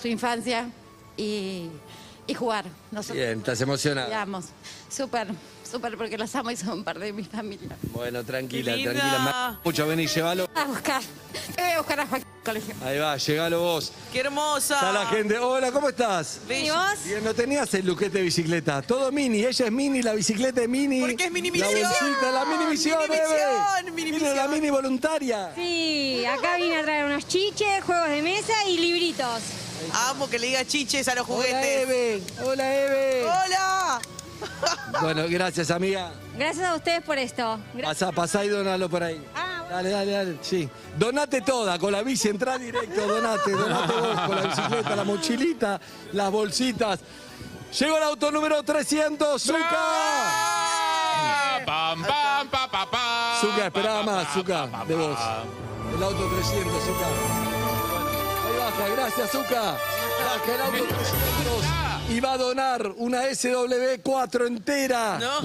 S1: su infancia y, y jugar. Nosotros
S8: Bien, estás emocionada.
S1: Digamos, súper, súper, porque los amo y son parte de mi familia.
S8: Bueno,
S1: Qué
S8: tranquila,
S1: Ah. linda.
S8: tranquila. Ma- Mucho, vení, llévalo.
S1: A buscar, te voy a buscar a Joaquín al colegio.
S8: Ahí va, llegalo vos.
S10: ¡Qué hermosa!
S8: Está
S1: Ah.
S8: la gente. Hola, ¿cómo estás?
S1: Bien, ¿y vos?
S8: Bien, no tenías el luquete de bicicleta. Todo mini, ella es mini, la bicicleta es mini. Porque es mini
S10: misión.
S8: La bolsita, la mini misión,
S10: Mini
S8: bebé.
S10: misión, mini
S8: Vino la mini voluntaria.
S2: Sí, acá vine a traer unos chiches, juegos de mesa y libritos.
S10: Amo que le diga chiches a los juguetes.
S8: Eve. Hola, Eve.
S10: Hola.
S8: Oh. Bueno, gracias, amiga.
S2: Gracias a ustedes por esto. Gra-
S8: Pasá, pasá y donalo por ahí.
S11: Ah,
S8: Dale, dale, dale. Sí. Donate toda, con la bici, entrá directo, donate, donate vos, con la bicicleta, la mochilita, las bolsitas. Llegó el auto número 300, Zuka.
S11: Pam, pam, pa, pa, pa.
S8: Zuka, esperaba más, Zuka, de vos. El auto 300, Zuka. Ahí baja, gracias, Zuka. Baja el auto 300 y va a donar una SW4 entera.
S10: No.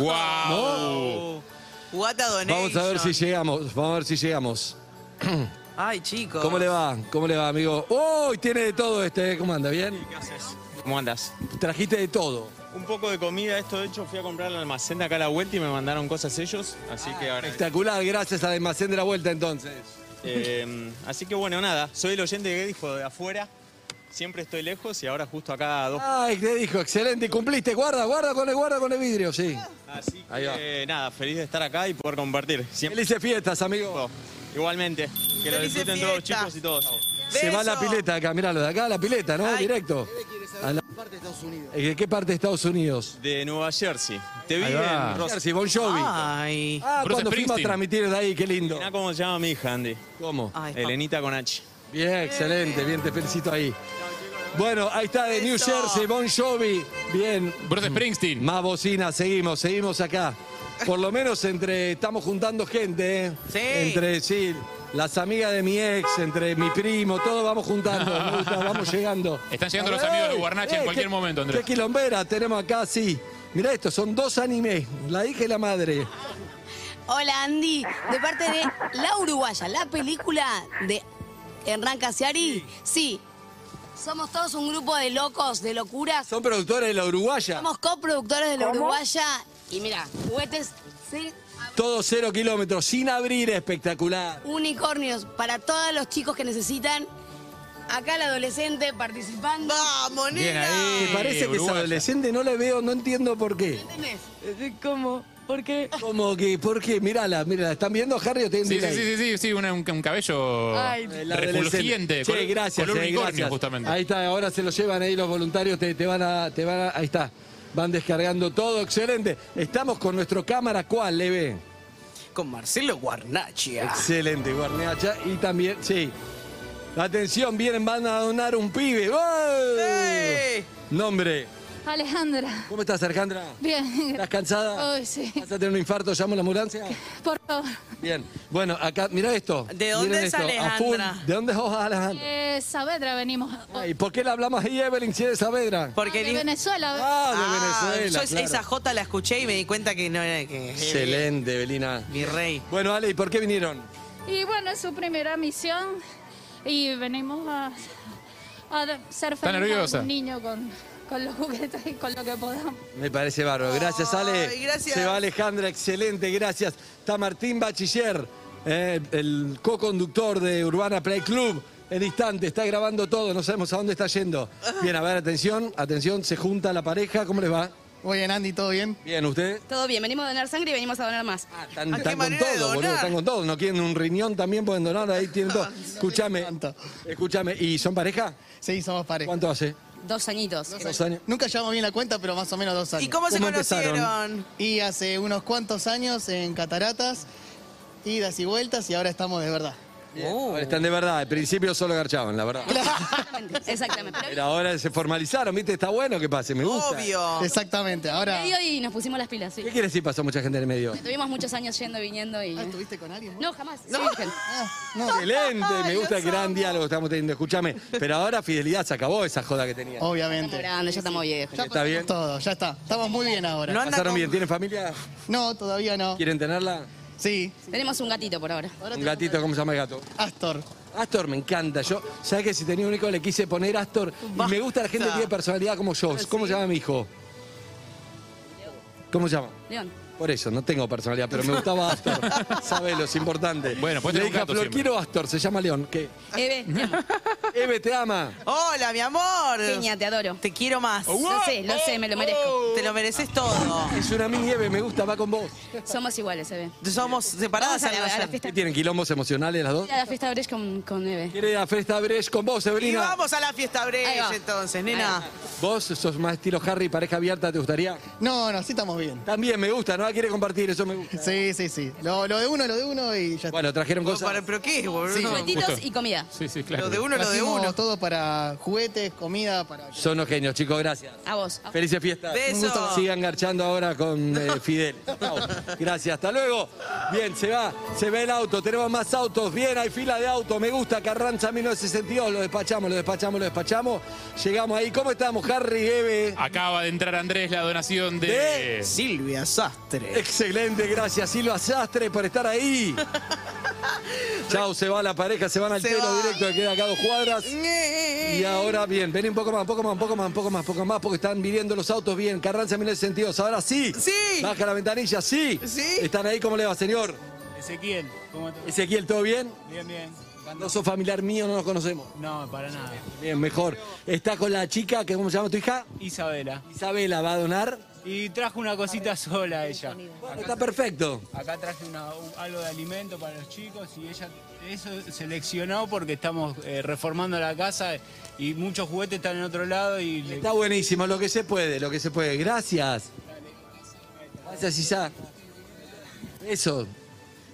S8: ¿No?
S10: What a donation.
S8: Vamos a ver si llegamos, vamos a ver si llegamos.
S10: Ay, chicos.
S8: ¿Cómo le va? ¿Cómo le va, amigo? ¡Uy! tiene de todo este, ¿eh? ¿cómo anda? ¿Bien?
S25: ¿Qué haces? ¿Cómo andas?
S8: Trajiste de todo.
S25: Un poco de comida, esto de hecho fui a comprar al almacén de acá a la vuelta y me mandaron cosas ellos, así que ahora...
S8: Espectacular, gracias al almacén de la vuelta entonces.
S25: Eh, así que bueno, nada, soy el oyente que dijo de afuera, siempre estoy lejos y ahora justo acá a dos...
S8: Ay, te dijo, excelente, cumpliste, guarda, guarda con el, guarda con el vidrio, sí.
S25: Así que nada, feliz de estar acá y poder compartir. Siempre.
S8: Felices fiestas, amigo.
S25: Igualmente, que lo
S8: Felices
S25: disfruten todos chicos y todos.
S8: Se va la pileta acá, mirá, lo de acá, la pileta, ¿no? Directo. A la-
S25: de Estados Unidos.
S8: ¿De qué parte de Estados Unidos?
S25: De Nueva Jersey. Te vi
S8: Ahí va.
S25: en Rosa.
S8: Jersey, Bon Jovi.
S25: Ay.
S8: Ah, cuando fuimos a transmitir de ahí, qué lindo.
S25: Mirá cómo se llama mi hija, Andy.
S8: ¿Cómo?
S25: Elenita con H.
S8: Bien, excelente, bien, te felicito ahí. Bueno, ahí está de New Jersey, Bon Jovi. Bien.
S11: Bruce Springsteen.
S8: Más bocina, seguimos, seguimos acá. Por lo menos entre. Estamos juntando gente, ¿eh?
S10: Sí.
S8: Entre, sí, las amigas de mi ex, entre mi primo, todo vamos juntando, me gusta, vamos llegando.
S11: Están llegando
S8: Eh,
S11: los amigos de los Guarnachi en
S8: ¡Ey!
S11: cualquier
S8: ¿Qué-
S11: momento, Andrés.
S8: Qué quilombera tenemos acá, sí. Mirá esto, son dos animes, la hija y la madre.
S3: Hola Andy, de parte de La Uruguaya, la película de Hernán Casiari. Sí. somos todos un grupo de locos, de locuras.
S8: Son productores de la Uruguaya.
S3: Somos coproductores de La
S8: ¿Cómo?
S3: Uruguaya. Y mira, juguetes, sí,
S8: Todo cero kilómetros, sin abrir, espectacular.
S3: unicornios para todos los chicos que necesitan. Acá el adolescente participando. ¡Vamos,
S8: Me parece que es adolescente, no le veo, no entiendo por qué.
S3: ¿Cómo? ¿Por qué?
S8: ¿Cómo que? ¿Por qué? Mírala, mírala. ¿Están viendo Harry o tienen
S11: Sí, sí,
S8: delay?
S11: sí, sí, sí, sí, una- un, un cabello
S8: Ay, la adolescente.
S11: refulgente.
S8: Che,
S11: color-
S8: gracias,
S11: color
S8: eh,
S11: unicornio,
S8: gracias.
S11: justamente.
S8: Ahí está, ahora se lo llevan ahí los voluntarios, te, te van a, te van a- ahí está. Van descargando todo, excelente. Estamos con nuestro cámara, ¿cuál, Leve?
S10: Con Marcelo Guarnachia.
S8: Excelente, Guarniacha. Y también, sí. Atención, vienen, van a donar un pibe. ¡Wow! Nombre.
S4: Alejandra.
S8: ¿Cómo estás, Alejandra?
S4: Bien.
S8: ¿Estás cansada?
S4: Ay, sí.
S8: ¿Vas a tener un infarto? ¿Llamo la ambulancia?
S4: Por favor.
S8: Bien. Bueno, acá, mira esto.
S4: ¿De dónde
S8: Miren
S4: es
S8: esto, a
S4: Alejandra?
S8: full. ¿De dónde es Alejandra?
S4: Eh, Saavedra venimos.
S8: ¿Y por qué le hablamos ahí, Evelyn, si es de Saavedra?
S4: Ah, de Venezuela.
S8: Ah, de Venezuela,
S10: Yo es-
S8: claro.
S10: esa J la escuché y me di cuenta que no era que.
S8: Excelente, Evelina.
S10: Mi rey.
S8: Bueno, Ale, ¿y por qué vinieron?
S4: Y bueno, es su primera misión. Y venimos a, a ser
S8: Está
S4: felices
S8: nerviosa.
S4: a un niño con, con los juguetes y con lo que podamos.
S8: Me parece bárbaro. Gracias, Ale.
S4: gracias.
S8: Se va Alejandra, excelente, gracias. Está Martín Bachiller, eh, el co-conductor de Urbana Play Club. En instante, está grabando todo, no sabemos a dónde está yendo. Bien, a ver, atención, atención, se junta la pareja, ¿cómo les va?
S21: Muy bien, Andy, ¿todo bien?
S8: Bien, ¿usted?
S21: Todo bien, venimos a donar sangre y venimos a donar más.
S8: Están, están con todo, boludo, están con todo. No quieren un riñón también, pueden donar, ahí tienen todo. Escúchame, escúchame, ¿y son pareja?
S21: Sí, somos pareja.
S8: ¿Cuánto hace?
S21: Dos añitos.
S20: Dos años.
S21: Nunca llevamos bien la cuenta, pero más o menos dos años.
S20: ¿Y cómo se ¿Cómo empezaron? conocieron?
S21: Y hace unos cuantos años en Cataratas, idas y vueltas, y ahora estamos de verdad.
S8: Ahora Están de verdad, al principio solo garchaban, la verdad.
S21: Exactamente. Exactamente.
S8: Pero ahora se formalizaron, ¿viste? Está bueno que pase, me gusta.
S21: Exactamente. Ahora. Medio y nos pusimos las pilas, sí.
S8: ¿Qué quiere decir pasó mucha gente en el medio?
S21: Tuvimos muchos años yendo y viniendo y. Ah, ¿Estuviste con alguien? No, jamás. No. Ah,
S8: Excelente, me gusta el gran diálogo que estamos teniendo. Escúchame, pero ahora Fidelidad se acabó esa joda que tenía.
S21: Obviamente. Estamos grandes, ya estamos viejos.
S8: ¿Está bien?
S21: Todo, ya está. Estamos muy bien ahora.
S8: ¿Pasaron bien? ¿Tienen familia?
S21: No, todavía no.
S8: ¿Quieren tenerla?
S21: Sí. Tenemos un gatito por ahora.
S8: Un gatito, ¿cómo se llama el gato?
S21: Astor.
S8: Astor me encanta. Yo, ¿sabes que Si tenía un hijo le quise poner Astor. Y me gusta la gente que tiene personalidad como yo. ¿Cómo se llama mi hijo? ¿Cómo se llama?
S21: León.
S8: Por eso, no tengo personalidad, pero me gustaba Astor. Sabelo, es importante. Bueno,
S11: puedes tener
S8: Le
S11: pues, un
S8: dije,
S11: gato
S8: "Flo,
S11: siempre".
S8: quiero Astor, se llama León. ¿Qué?
S21: Eve, te amo.
S8: Eve, te ama.
S10: Hola, mi amor.
S21: Peña, te adoro.
S10: Te quiero más.
S21: Lo sé, lo sé, me lo merezco.
S10: Te lo mereces todo.
S8: Es una mini Eve, me gusta, va con vos.
S21: Somos iguales, Eve.
S10: Somos separadas
S21: Vamos a
S10: al
S21: la- a la
S10: nacer.
S8: ¿Qué tienen quilombos emocionales las dos?
S21: Ir a la fiesta de Brecht con, con Eve.
S8: Quiere ir a la fiesta Brecht con vos,
S10: Y
S8: Evelina.
S10: vamos a la fiesta
S21: Ahí
S10: Brecht
S21: va.
S10: entonces, nena.
S8: Vos sos más estilo Harry, pareja abierta, ¿te gustaría?
S21: No, no, sí estamos bien.
S8: También me gusta, ¿no? Quiere compartir, eso me gusta.
S21: Sí, sí, sí. Lo, lo de uno, lo de uno y ya está.
S8: Bueno, trajeron cosas.
S10: Para- ¿Pero qué es, boludo?
S21: Sí,
S8: Justo.
S21: juguetitos y comida.
S8: Sí, sí, claro.
S21: Trajimos todo para juguetes, comida, para...
S8: Son unos genios, chicos, gracias.
S21: A vos.
S8: Felices fiestas.
S21: Besos. Un gusto.
S8: Sigan garchando ahora con eh, Fidel. Chau. Gracias, hasta luego. Bien, se va, se ve el auto, tenemos más autos. Bien, hay fila de autos. Me gusta Carranza 1962. Lo despachamos, lo despachamos, lo despachamos. Llegamos ahí. ¿Cómo estamos, Harry Eve?
S11: Acaba de entrar Andrés la donación de...
S8: De
S10: Silvia Sastre.
S8: Excelente, gracias Silva Sastre por estar ahí. Chau, se va la pareja, se van al
S10: Se
S8: telo
S10: va.
S8: directo, que queda acá dos cuadras. Y ahora bien, ven un poco más, un poco más, un poco más, un poco más, un poco más, porque están viviendo los autos bien. Carranza en sentidos. Ahora sí.
S10: Sí.
S8: Baja la ventanilla, sí.
S10: Sí.
S8: Están ahí, ¿cómo le va, señor?
S5: Ezequiel, ¿cómo estás?
S8: Ezequiel, ¿todo bien?
S5: Bien, bien.
S8: No sos familiar mío, no nos conocemos.
S5: No, para nada.
S8: Bien, mejor. Está con la chica, que ¿cómo se llama tu hija?
S5: Isabela.
S8: Isabela, ¿va a donar?
S5: Y trajo una cosita sola ella.
S8: Está perfecto.
S5: Acá traje una- un- algo de alimento para los chicos y ella eso seleccionó porque estamos eh, reformando la casa y muchos juguetes están en otro lado y le-
S8: Está buenísimo, lo que se puede, lo que se puede. Gracias. Gracias, Isaac. Eso.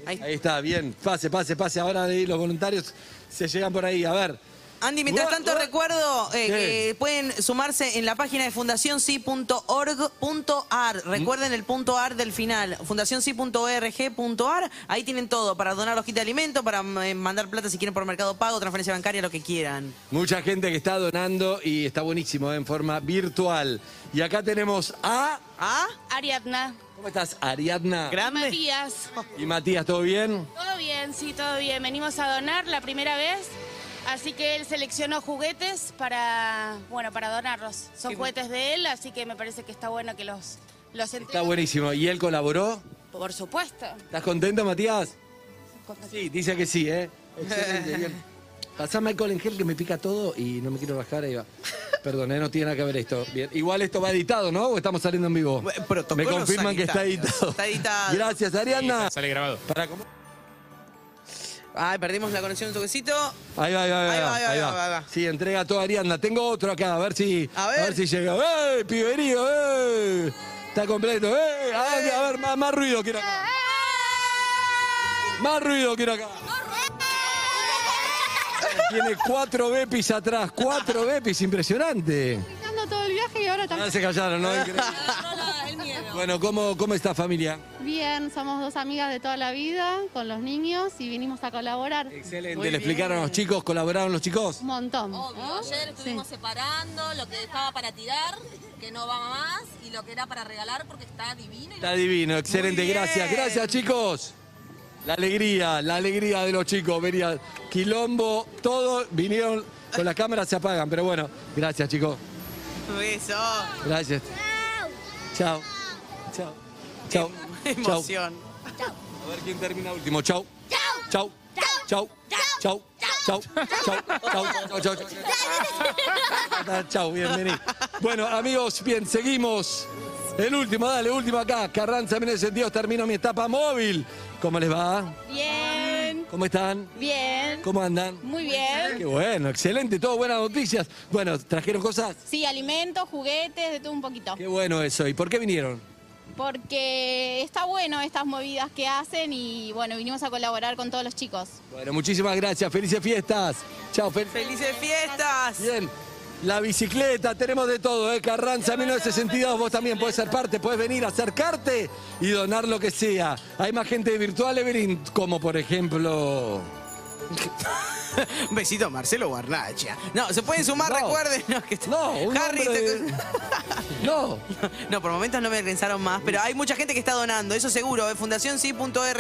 S8: Ahí. está, bien. Pase, pase, pase. Ahora ahí los voluntarios se llegan por ahí. A ver.
S10: Andy, mientras
S8: Gua-
S10: tanto
S8: gua-
S10: recuerdo eh,
S8: Sí.
S10: que pueden sumarse en la página de fundacionsi.org.ar.
S8: Mm.
S10: Recuerden el punto ar del final, fundacionsi.org.ar. Ahí tienen todo para donar los kits de alimento, para eh, mandar plata si quieren por Mercado Pago, transferencia bancaria, lo que quieran.
S8: Mucha gente que está donando y está buenísimo ¿eh? en forma virtual. Y acá tenemos a.
S10: ¿Ah?
S6: Ariadna.
S8: ¿Cómo estás? Ariadna.
S6: Matías.
S8: Y Matías, ¿todo bien?
S6: Todo bien, sí, todo bien. Venimos a donar la primera vez. Así que él seleccionó juguetes para, bueno, para donarlos. Son juguetes de él, así que me parece que está bueno que los, los entre-
S8: Está buenísimo. ¿Y él colaboró?
S6: Por supuesto.
S8: ¿Estás contento, Matías? Sí, dice que sí, ¿eh? Excelente, bien. Pasá Michael Engel que me pica todo y no me quiero rascar. Ahí va. Perdón, eh, no tiene nada que ver esto. Bien. Igual esto va editado, ¿no? ¿O estamos saliendo en vivo? me confirman que está
S10: sanitarios.
S8: editado.
S10: Está editado.
S8: Gracias,
S10: Sí,
S8: Ariana.
S10: sale grabado.
S8: Para com-
S10: Ay, perdimos la conexión un toquecito.
S8: Ahí va, ahí va, ahí, va, ahí va. Sí, entrega todo Ariana. Tengo otro acá, a ver si, a ver. si llega. ¡Ey, piberío! ¡Ey! Está completo. ¡Ey! A ver, a ver, más, más ruido quiero acá. Más ruido quiero acá. Tiene cuatro bepis atrás, cuatro bepis, impresionante.
S7: Gritando todo el viaje y ahora
S8: Ah,
S7: también.
S8: se callaron, ¿no? Increíble. Bueno, ¿cómo, cómo está familia?
S7: Bien, somos dos amigas de toda la vida con los niños y vinimos a colaborar.
S8: Excelente. ¿Le explicaron a los chicos? ¿Colaboraron los chicos?
S7: Un montón.
S9: Ayer estuvimos separando lo que estaba para tirar, que no va más, y lo que era para regalar porque está divino.
S8: Está divino, excelente, gracias, gracias chicos. La alegría, la alegría de los chicos, venía quilombo, todos vinieron con las cámaras, se apagan, pero bueno, gracias chicos,
S10: Beso.
S8: gracias. Chao. Chao. Chao.
S10: Emoción.
S8: A ver quién termina último, chao. Chao. Chao. Chao. Chao. Chao. Chao. Chao. Chao. Chao. Chao. Chao. Bienvenido. Bueno, amigos, bien, seguimos. El último, dale, último acá. Carranza, miren, Dios, termino mi etapa móvil. ¿Cómo les va?
S6: Bien.
S8: ¿Cómo están?
S12: Bien.
S8: ¿Cómo andan?
S12: Muy bien.
S8: Qué bueno, excelente, todo buenas noticias. Bueno, ¿trajeron cosas?
S12: Sí, alimentos, juguetes, de todo un poquito.
S8: Qué bueno eso. ¿Y por qué vinieron?
S12: Porque está bueno estas movidas que hacen y bueno, vinimos a colaborar con todos los chicos.
S8: Bueno, muchísimas gracias. Felices fiestas. Chao, Fel.
S10: ¡Felices fiestas!
S8: Bien. La bicicleta, tenemos de todo, ¿eh? Carranza 1962, vos también podés ser parte, podés venir, acercarte y donar lo que sea. Hay más gente virtual, Evelyn, como por ejemplo...
S10: Besito a Marcelo Guarnacha. No, se pueden sumar,
S8: No.
S10: recuerden. No, que
S8: No, un
S10: Harry.
S8: hombre
S10: te-
S8: de- No.
S10: No, por momentos no me alcanzaron más, pero hay mucha gente que está donando, eso seguro. ¿eh?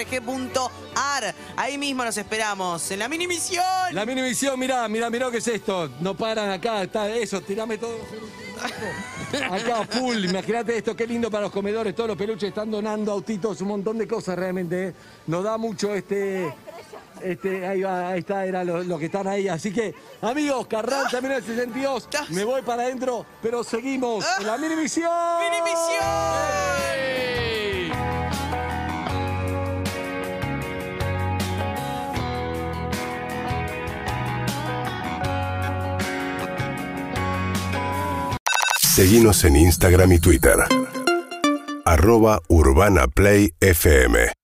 S10: fundacionsi.org.ar. Ahí mismo nos esperamos, en la mini misión.
S8: La mini misión, mirá, mirá, mirá qué es esto. No paran acá, está eso, tirame todo. Acá full, imagínate esto, qué lindo para los comedores, todos los peluches están donando autitos, un montón de cosas realmente. ¿eh? Nos da mucho este. Este, ahí va, ahí está, era lo, lo que están ahí. Así que, amigos, Carranza 1962, me voy para adentro, pero seguimos en la mini misión. ¡Mini
S13: Seguinos en Instagram y Twitter. Arroba Urbana Play FM.